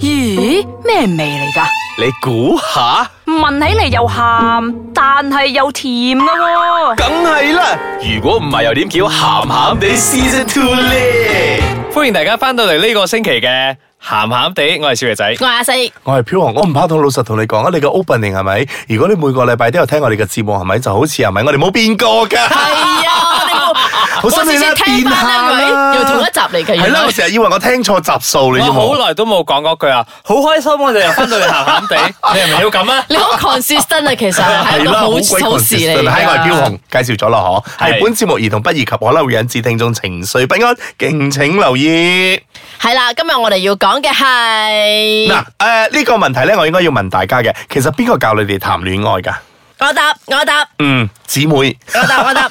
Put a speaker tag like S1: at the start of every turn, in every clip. S1: 咦，咩味嚟噶？
S2: 你估下，
S1: 聞起嚟又鹹，但係又甜噶喎、
S2: 梗係啦。如果唔係，又點叫鹹鹹地 Season Two 咧？
S3: 欢迎大家翻到嚟呢个星期嘅咸咸地，我系小肥仔。
S4: 我阿四，
S5: 我係飄紅，我唔怕同老實同你講啊，你個 opening 係咪？如果你每個禮拜都有聽我哋嘅節目係咪？就好似係咪？我哋冇變過 㗎。
S4: 係 啊，
S5: 好
S4: 我
S5: 心你啦，變下
S4: 聽翻
S5: 啦。
S4: 又同一集嚟嘅，
S5: 係
S4: 原
S5: 啦，
S4: 來
S5: 我成日以為我聽錯集數，你
S3: 我
S5: 知
S3: 好
S5: 冇？
S3: 耐都冇講嗰句啊，好開心我哋又翻到嚟鹹鹹地，你係咪要咁啊？
S4: 你好 consistent 啊，其實係一個
S5: 啦，
S4: 好
S5: 鬼
S4: 好事
S5: consistent
S4: 嚟㗎。
S5: 係我係飄紅，介紹咗啦，嗬。
S3: 係
S5: 係本節目兒童不宜及可能會引致聽眾情緒不安，敬請留意。
S4: 係啦，今日我哋要講嘅係
S5: 嗱，誒呢個問題咧，我應該要問大家嘅。其實邊個教你哋談戀愛㗎？
S4: 我答我答
S5: 嗯，姊妹。
S4: 我答我答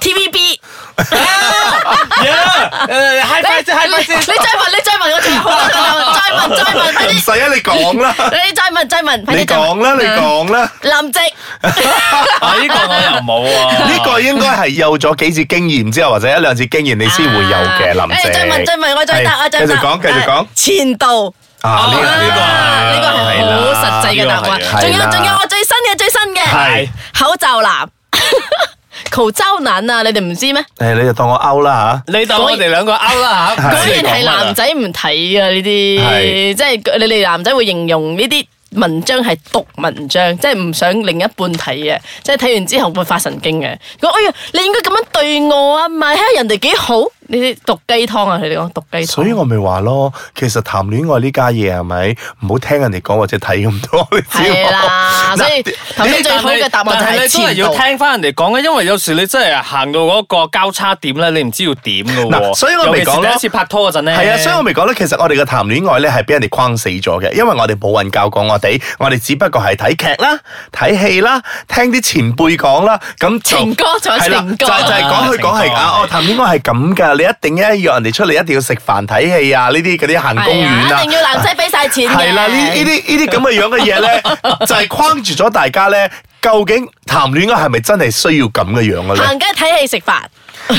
S4: TVB。
S3: 誒，high
S4: 你
S3: five 先，high five
S4: 你再
S3: 先。
S4: 問，你再問，我仲有好多 想問，再問再問，快
S5: 唔
S4: 啲！
S5: 使啊，你講啦，
S4: 你再問再 問，快啲！
S5: 你講啦，你講啦。
S4: 林夕。
S3: 啊，呢個我又冇喎。
S5: 呢個應該係有咗幾次經驗之後，或者一兩次經驗你先會有嘅，
S4: 啊
S5: 林姐。
S4: 誒再問再問，我再答，
S5: 係
S4: 我再答。
S5: 繼續講，繼續講。
S4: 前度
S5: 啊， 呢個
S3: 啊
S4: 呢個係
S5: 係
S4: 好
S5: 啦
S4: 實際嘅答
S3: 呢個係
S5: 啊
S4: 案。仲有
S5: 係啦
S4: 仲有，我最新嘅最新嘅
S5: 係
S4: 口罩男。 口罩男啊！你哋唔知咩？
S5: 誒，你就當我 out 啦
S3: 你當我哋兩個 out 啦嚇。
S4: 果
S3: 唔知
S4: 然
S3: 你講
S4: 係
S3: 乜啊
S4: 男仔唔睇啊！呢啲
S5: 係
S4: 即係你哋男仔會形容呢啲文章係毒文章，即係唔想另一半睇嘅，即係睇完之後會發神經嘅。佢話哎呀，你應該咁樣對我啊，咪睇下人哋幾好。呢啲毒雞湯啊，佢哋講毒雞
S5: 嚇。
S4: 湯。
S5: 所以我咪話咯，其實談戀愛呢家嘢係咪唔好聽人哋講或者睇咁多，你知
S4: 係啦，
S5: 冇？
S4: 所以
S5: 嗱
S4: 頭先最好嘅答案就係
S3: 但係你真係
S4: 前
S3: 要
S4: 度。
S3: 聽翻人哋講嘅，因為有時你真係行到嗰個交叉點咧，你唔知要點嘅喎。
S5: 嗱所以我
S3: 尤
S5: 咪
S3: 其是
S5: 講咯
S3: 第一次拍拖嗰陣咧，
S5: 係啊，所以我咪講咧，其實我哋嘅談戀愛咧係俾人哋框死咗嘅，因為我哋冇人教過我哋，我哋只不過係睇劇啦、睇戲啦、聽啲前輩講啦，咁就
S4: 情歌仲有
S5: 係啦
S4: 情
S5: 就
S4: 歌
S5: 係就係講佢講係
S3: 情歌
S5: 啊，我談戀愛係咁㗎，你一定咧約人哋出嚟，一定要食飯睇戲啊，呢啲嗰啲行公園
S4: 係
S5: 啊
S4: 一。定要男仔俾晒錢嘅。
S5: 係啦，呢呢啲呢啲咁嘅樣嘅嘢咧，就係框住咗大家咧。究竟談戀愛係咪真係需要咁嘅樣嘅咧？
S4: 行街睇戲食飯，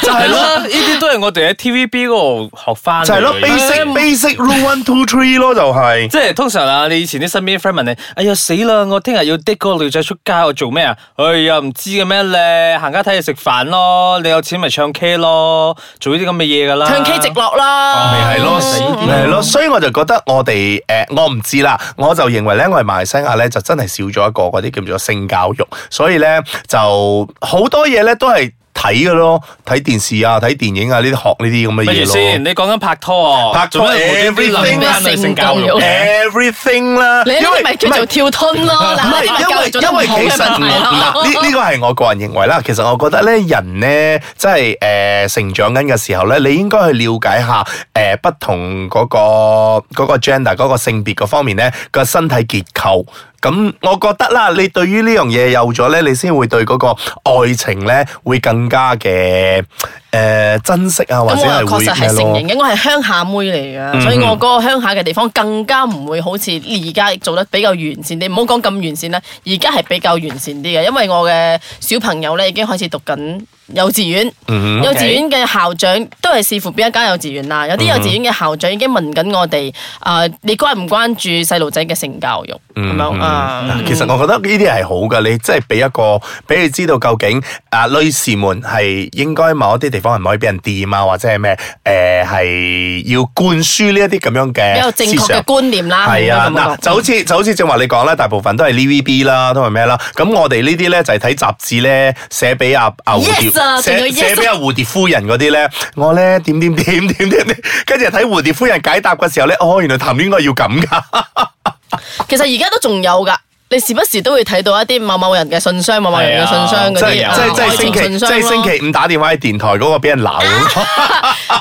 S3: 就係咯，呢啲都係我哋喺 TVB 嗰度學翻。
S5: 就係咯，basic
S3: 嗯
S5: basic rule one two three 咯，就係。
S3: 即係通常啊，你以前啲身邊 friend 問你，哎呀死啦，我聽日要 d 個女仔出街，我做咩啊？哎呀唔知嘅咩咧，行街睇嘢食飯咯，你有錢咪唱 K 咯，做呢啲咁嘅嘢噶
S5: 啊
S3: 啦。
S4: 唱 K 直落啦。
S5: 咪係咯，咪係咯，所以我就覺得我哋誒、呃我唔知啦，我就認為咧，我哋馬來西亞咧就真係少咗一個嗰啲叫做性教育，所以咧就好多嘢咧都係睇嘅咯，睇電視啊、睇電影啊呢啲學呢啲咁嘅
S3: 不如
S5: 嘢
S3: 先，
S5: 咯。
S3: 你講緊拍拖，啊
S5: 拍拖
S3: 做咩無端端諗翻女性教育？
S5: Everything 啦，
S4: 你呢
S5: 因為
S4: 啲咪叫
S5: 唔係
S4: 做跳吞咯，
S5: 唔
S4: 嗱，呢啲咪教育
S5: 係
S4: 做
S5: 因為因
S4: 得唔
S5: 為
S4: 好
S5: 其
S4: 嘅哦
S5: 實唔
S4: 咪
S5: 嗱呢呢個係我個人認為啦。其實我覺得咧，人咧即係誒成長緊嘅時候咧，你應該去了解下誒、呃不同嗰、個嗰、個 gender 嗰個性別嗰方面咧個身體結構。咁我覺得啦，你對於呢樣嘢有咗咧，你先會對嗰個愛情咧會更加嘅誒、呃珍惜啊，或
S4: 咁
S5: 者
S4: 我
S5: 係
S4: 又確實
S5: 會
S4: 係
S5: 咩
S4: 承
S5: 咯嗯
S4: 認？嘅，我係鄉下妹嚟嘅，所以我嗰個鄉下嘅地方更加唔會好似而家做得比較完善啲，唔好講咁完善啦，而家係比較完善啲嘅，因為我嘅小朋友咧已經開始讀緊幼稚園，
S5: 嗯
S4: 幼稚園嘅校長都係視乎邊一間幼稚園啦，有
S5: 嗯
S4: 啲幼稚園嘅校長已經問緊我哋，啊你關唔關注細路仔嘅性教育
S5: 嗯
S4: 咁樣啊？
S5: 嗱其實我覺得呢啲係好嘅，你即係俾一個俾佢知道究竟啊、女士們係應該某一啲地方係唔可以俾人掂啊，或者係咩誒係要灌輸呢一啲咁樣嘅
S4: 比較正
S5: 思
S4: 確
S5: 想
S4: 嘅觀念啦，
S5: 係啊，
S4: 應該咁
S5: 嗱
S4: 講
S5: 就好似就好似正話你講啦，大部分都係 TVB 啦，都係咩啦？咁我哋呢啲咧就係睇雜誌咧，寫俾阿阿蝴
S4: Yes 啊
S5: 蝶，
S4: 仲有
S5: 寫
S4: yes
S5: 寫俾阿蝴蝶夫人嗰啲咧，我咧點點點點點點，跟住睇蝴蝶夫人解答嘅時候咧，哦，原來談戀愛要咁㗎。
S4: 其實而家都仲有㗎，你時不時都會睇到一啲某某人嘅信箱、某某人嘅信箱嗰
S5: 即
S4: 啲
S5: 係即係即係
S4: 啊
S5: 星期
S4: 愛
S5: 即
S4: 情信箱
S5: 係星
S4: 咯。
S5: 期五打電話喺電台嗰個俾人鬧。
S3: 啊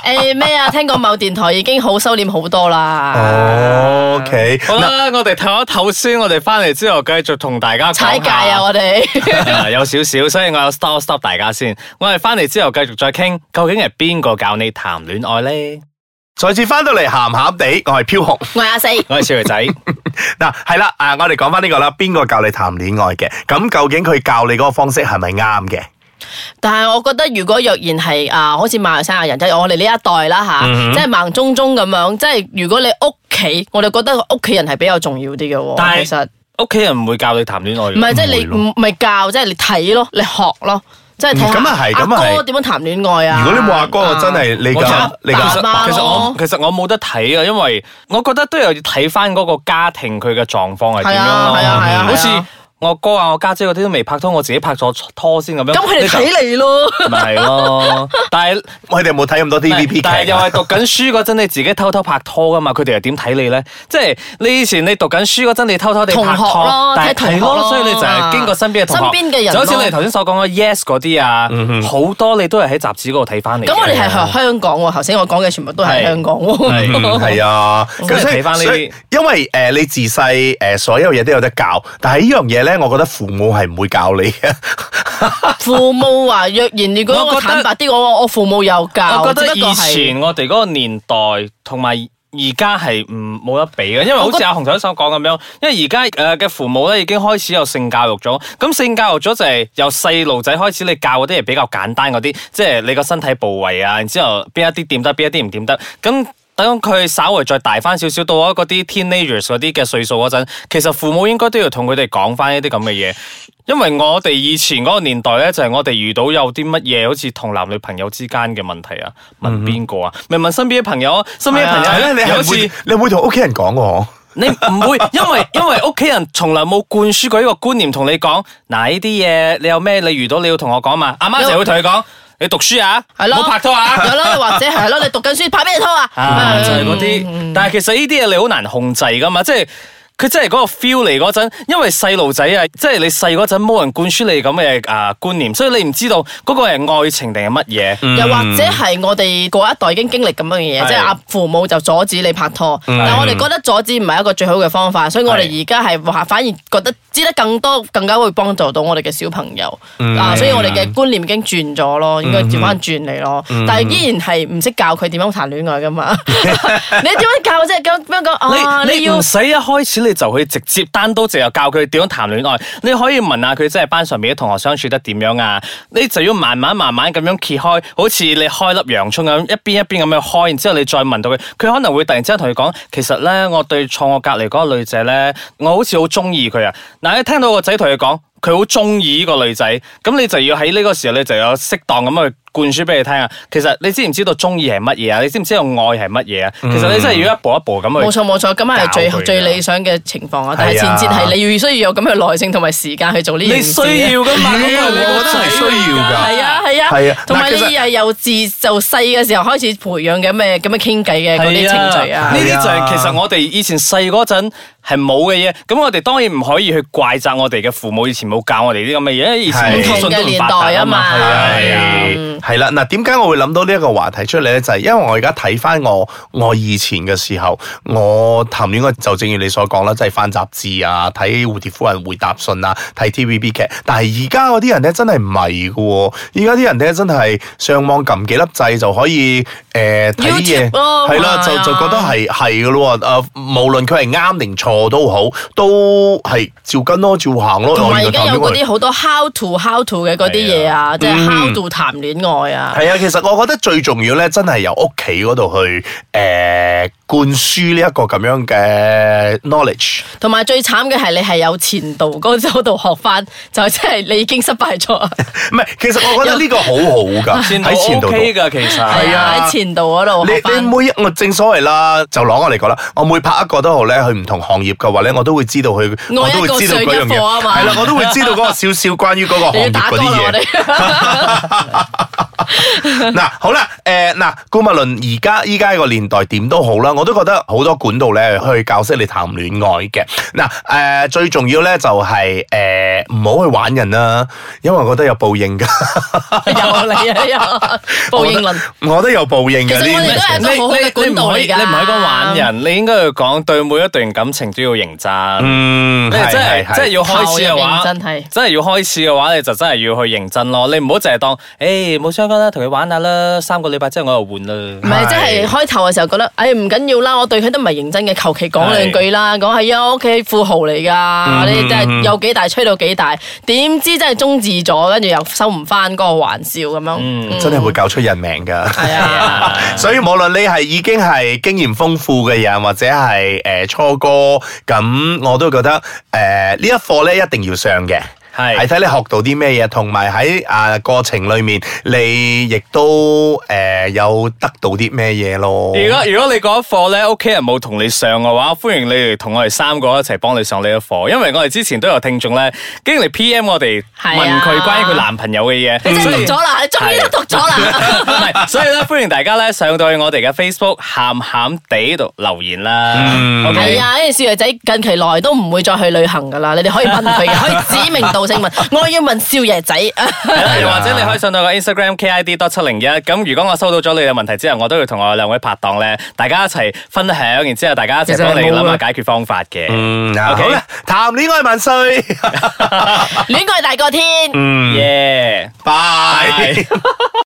S4: 誒咩啊？聽講某電台已經好收斂好多啦，
S5: 哦，OK，
S3: 好
S5: 嗱，
S3: 啦，我哋唞一唞先，我哋翻嚟之後繼續同大家講下
S4: 踩界啊！我哋
S3: 啊 有少少，所以我有 stop stop 大家先。我哋翻嚟之後繼續再傾，究竟係邊個教你談戀愛咧？
S5: 再次翻到嚟咸咸地，我係飄紅。
S4: 我係阿四，
S3: 我係小肥仔，
S5: 嗱，係啦，啊，我哋講翻呢個啦，邊個教你談戀愛嘅？咁究竟佢教你嗰個方式係咪啱嘅？
S4: 但係我覺得如果若然係啊，好似馬來西亞人，即係我哋呢一代啦吓，
S5: 嗯
S4: 即係盲中中咁樣，即係如果你屋企，我哋覺得屋企人係比較重要啲嘅
S3: 但係
S4: 喎。其
S5: 嗯
S4: 實
S3: 屋企人唔會教你談戀愛
S4: 唔係
S3: 嘅。
S4: 即係你唔唔係教，即係你睇咯，你學咯，即係睇
S5: 嗯咁啊
S4: 下
S5: 係
S4: 阿
S5: 咁啊係
S4: 哥點樣談戀愛啊。
S5: 如果你冇阿哥，我真係你
S3: 啊我
S5: 嘅
S3: 就
S5: 你
S4: 爸
S5: 嘅
S4: 爸
S3: 其實我
S4: 咯
S3: 其實我冇得睇啊，因為我覺得都有要睇翻嗰個家庭佢嘅狀況係點樣咯。嗯
S4: 係啊係啊係啊係啊
S3: 好似我哥啊、我家姐嗰啲都未拍拖，我自己拍咗拖先咁樣。
S4: 咁佢哋睇你咯。
S3: 你就咪係 咯，但係。
S5: 我哋有冇睇咁多 TVB
S3: 但係
S5: 劇
S3: 又
S5: 啊？
S3: 係讀緊書嗰陣，你自己偷偷拍拖噶嘛？佢哋又點睇你咧？即係你以前你讀緊書嗰陣，你偷偷地拍
S4: 同學
S3: 拖
S4: 咯，
S3: 但係
S4: 睇同
S3: 係
S4: 學咯
S3: 所以你就係經過身邊嘅同學，
S4: 身邊嘅
S3: 就
S4: 人咯
S3: 好似你頭先所講嘅 Yes 嗰啲啊，
S5: 嗯
S3: 好多你都係喺雜誌嗰度睇翻嚟嘅。
S4: 咁我哋係學香港喎，頭先我講嘅全部都係
S3: 啊係
S4: 香港 喎。
S5: 嗯係啊，
S3: 真
S5: 咁
S3: 係
S5: 所以
S3: 睇返呢啲
S5: 所以因為誒、呃你自細誒、呃所有嘢都有得教，但係呢樣嘢咧，我覺得父母係唔會教你啊嘅。
S4: 父母話若然如果
S3: 我覺得
S4: 我坦白啲，我我父母有教，
S3: 我覺得
S4: 只不過
S3: 以
S4: 係
S3: 前我哋嗰個年代同埋而家係唔冇得比嘅，因為好
S4: 我覺
S3: 似阿紅頭先所講咁樣，因為而家誒嘅父母咧已經開始有性教育咗，咁性教育咗就係由細路仔開始，你教嗰啲係比較簡單嗰啲，即係你個身體部位啊，然之後邊一啲掂得，邊一啲唔掂得，咁。等佢稍微再大翻少少，到咗嗰啲 teenagers 嗰啲嘅歲數嗰陣，其實父母應該都要同佢哋講翻呢啲咁嘅嘢，因為我哋以前嗰個年代咧，就係、我哋遇到有啲乜嘢，好似同男女朋友之間嘅問題啊，問邊個啊？咪問身邊嘅朋友啊，身邊嘅
S4: 嗯係啊
S3: 朋
S5: 係
S3: 友
S5: 咧，你
S3: 咧，有
S5: 係
S3: 次
S5: 會你會同屋企人講嘅嗬？
S3: 你唔 會，因為因為屋企人從來冇灌輸過呢個觀念，同你講嗱呢啲嘢，你有咩你遇到你要同我講嘛，阿媽就會同你講，你讀書啊，
S4: 係
S3: 唔
S4: 咯，
S3: 好拍拖啊。
S4: 係咯，或者係咯，你讀緊書拍咩拖啊？
S3: 啊，
S4: 嗯
S3: 就係嗰啲。但係其實呢啲嘢你好難控制噶嘛，即係。佢真係嗰個 feel 嚟嗰陣，因為細路仔啊，即係你細嗰陣冇人灌輸你咁嘅啊觀念，所以你唔知道嗰個係愛情定係乜嘢。
S4: 又或者係我哋嗰一代已經經歷咁樣嘅
S3: 嗯係嗯
S4: 嘢，即係阿父母就阻止你拍拖，但係我哋覺得阻止唔係一個最好嘅方法，所以我哋而家係話反而覺得知得更多，更加會幫助到我哋嘅小朋友
S3: 嗯
S4: 啊，所以我哋嘅觀念已經轉咗咯，應該轉翻轉嚟咯，
S3: 嗯
S4: 但係依然係唔識教佢點樣談戀愛 噶嘛，你點樣教啫？咁樣講啊，
S3: 你
S4: 你
S3: 你
S4: 要
S3: 唔。使一開始你就去直接單刀直入教佢點樣談戀愛，你可以問下佢即係班上面啲同學相處得點樣啊？你就要慢慢慢慢咁樣揭開，好似你開粒洋葱咁，一邊一邊咁樣開，然之後你再問到佢，佢可能會突然之間同佢講，其實咧我對坐我隔離嗰個女仔咧，我好似好中意佢啊！嗱，你聽到個仔同佢講。佢好中意呢個女仔，咁你就要喺呢個時候，你就有適當咁去灌輸俾佢聽啊。其實你知唔知道中意係乜嘢啊？你知唔知道愛係乜嘢啊？其實你真係要一步一步咁去。
S4: 冇錯冇錯，咁係
S3: 教佢啊
S4: 最
S3: 㗎
S4: 最理想嘅情況啊！但係
S5: 係啊
S4: 前設係你要需要有咁嘅耐性同埋時間去做呢件
S3: 你
S4: 事
S3: 需
S4: 啊。
S3: 要噶嘛？咁
S5: 我覺得係需要㗎
S4: 係啊係啊，
S5: 係啊
S4: 同
S5: 嗱
S4: 埋你
S5: 其實
S4: 係由自就細嘅時候開始培養嘅咩咁嘅傾偈嘅嗰啲程序啊
S3: 呢。啲
S5: 係啊
S3: 就係其實我哋以前細嗰陣係冇嘅嘢，咁我哋當然唔可以去怪責我哋嘅父母以前冇教我哋啲咁嘅嘢，因為以前
S5: 係
S3: 資訊都唔發達啊嘛，
S4: 唔同嘅年代啊嘛
S3: 係啊。
S5: 係啦，嗱，點解我會諗到呢一個話題出嚟咧？就係、因為我而家睇翻我我以前嘅時候，我談戀愛就正如你所講啦，即係翻雜誌啊，睇蝴蝶夫人回答信啊，睇 TVB 劇。但係而家嗰啲人咧真係唔係嘅喎，而家啲人咧真係上網撳幾粒掣就可以誒睇嘢，
S4: YouTube 咯
S5: 係啦、就
S4: 係啊
S5: 就覺得係係嘅咯喎。誒、呃無論佢係啱定錯都好，都係照跟咯，照行咯。
S4: 同
S5: 我
S4: 埋而
S5: 原來
S4: 家
S5: 談
S4: 有
S5: 戀愛
S4: 嗰啲好多 how to how to 嘅嗰啲嘢啊，即
S5: 嗯
S4: 係 how to 談戀愛啊。
S5: 係啊，其實我覺得最重要咧，真係由屋企嗰度去诶、呃灌輸呢一個咁樣嘅 knowledge。
S4: 同埋最慘嘅係你係有前度嗰嗰度學翻，就即係你已經失敗咗。
S5: 唔係，其實我覺得呢個好 好㗎，喺前
S3: 前度
S5: 度度。
S3: OK 噶，其實
S5: 係啊
S4: 喺前度嗰度
S5: 你
S4: 學
S5: 你
S4: 翻。
S5: 每一我正所謂啦，就攞我嚟講啦，我每拍一個都好咧，去唔同行業嘅話咧，我都會知道佢，
S4: 我
S5: 我都會知道嗰樣
S4: 一個上一課啊
S5: 嘢，
S4: 嘛
S5: 係啦，我都會知道嗰個少少關於嗰個 行業
S4: 你要打
S5: 嗰
S4: 歌啦，
S5: 啲
S4: 我
S5: 嘢。
S4: 哋
S5: 嗱，好啦，誒嗱，顧物論而家依家個年代點都好啦，我都覺得好多管道咧去教識你談戀愛嘅。嗱，誒最重要咧就係誒唔好去玩人啦，因為我覺得有報應 㗎，
S4: 有你啊，有報應論。
S5: 我覺得有報應
S4: 其
S5: 㗎
S4: 實我哋都
S5: 呢。
S4: 係一
S3: 你
S4: 個好好
S3: 你
S4: 嘅
S3: 你
S4: 管
S3: 唔
S4: 道
S3: 可以
S4: 嚟
S3: 你
S4: 㗎。
S3: 唔係應該玩人，你應該要講對每一段感情都要認真。
S5: 嗯，
S3: 你
S5: 係
S3: 真
S5: 係
S3: 係真係
S5: 係。
S3: 要開始嘅話，
S4: 靠入認真係
S3: 真係要開始嘅話，你就真係要去認真咯。你唔好淨係當，誒冇相干啦，同佢玩下啦，三個禮拜之後我又換啦
S4: 唔。係，即係開頭嘅時候覺得，唉唔緊要啦，我對佢都唔係認真嘅，求其講兩句啦，講係啊，我屋企富豪嚟㗎，你真係有幾大吹到幾大，點知真係中字咗，跟住又收唔翻嗰個玩笑咁樣。嗯
S5: 真係會教出人命㗎。
S4: 係啊，
S5: 所以無論你係已經係經驗豐富嘅人，或者係誒、呃初哥，咁我都覺得誒、呃呢一課咧一定要上嘅。
S3: 係
S5: 係睇你學到啲咩嘢，同埋喺啊過程裏面，你亦都誒、呃有得到啲咩嘢咯。
S3: 如果如果你嗰一課咧，屋企人冇同你上嘅話，歡迎你哋同我哋三個一齊幫你上呢一課，因為我哋之前都有聽眾咧，經嚟 P.M 我哋
S4: 係啊
S3: 問佢關於佢男朋友嘅嘢，
S4: 你真嗯
S3: 所
S4: 係
S3: 以
S4: 讀咗啦，你終於都讀咗啦。
S3: 唔係， 所以咧歡迎大家咧上到去我哋嘅 Facebook 鹹鹹地度留言啦。OK
S5: 嗯
S4: 係啊，因為少爺仔近期來都唔會再去旅行㗎啦，你哋可以問佢嘅，可以指名道姓問，我要問少爺仔。
S3: 係啦，又或者你可以上到個 Instagram KID 多七零一。咁如果我收到咗你嘅問題之後，我都要同我兩位拍檔咧，大家一齊分享，然之後大家一齊幫你
S4: 其實冇
S3: 諗
S4: 啊
S3: 下解決方法嘅。
S5: 嗯，嗱
S3: OK
S5: 好啦，談戀愛萬歲，
S4: 戀愛大過天。
S5: 嗯，
S3: 耶！
S5: 拜。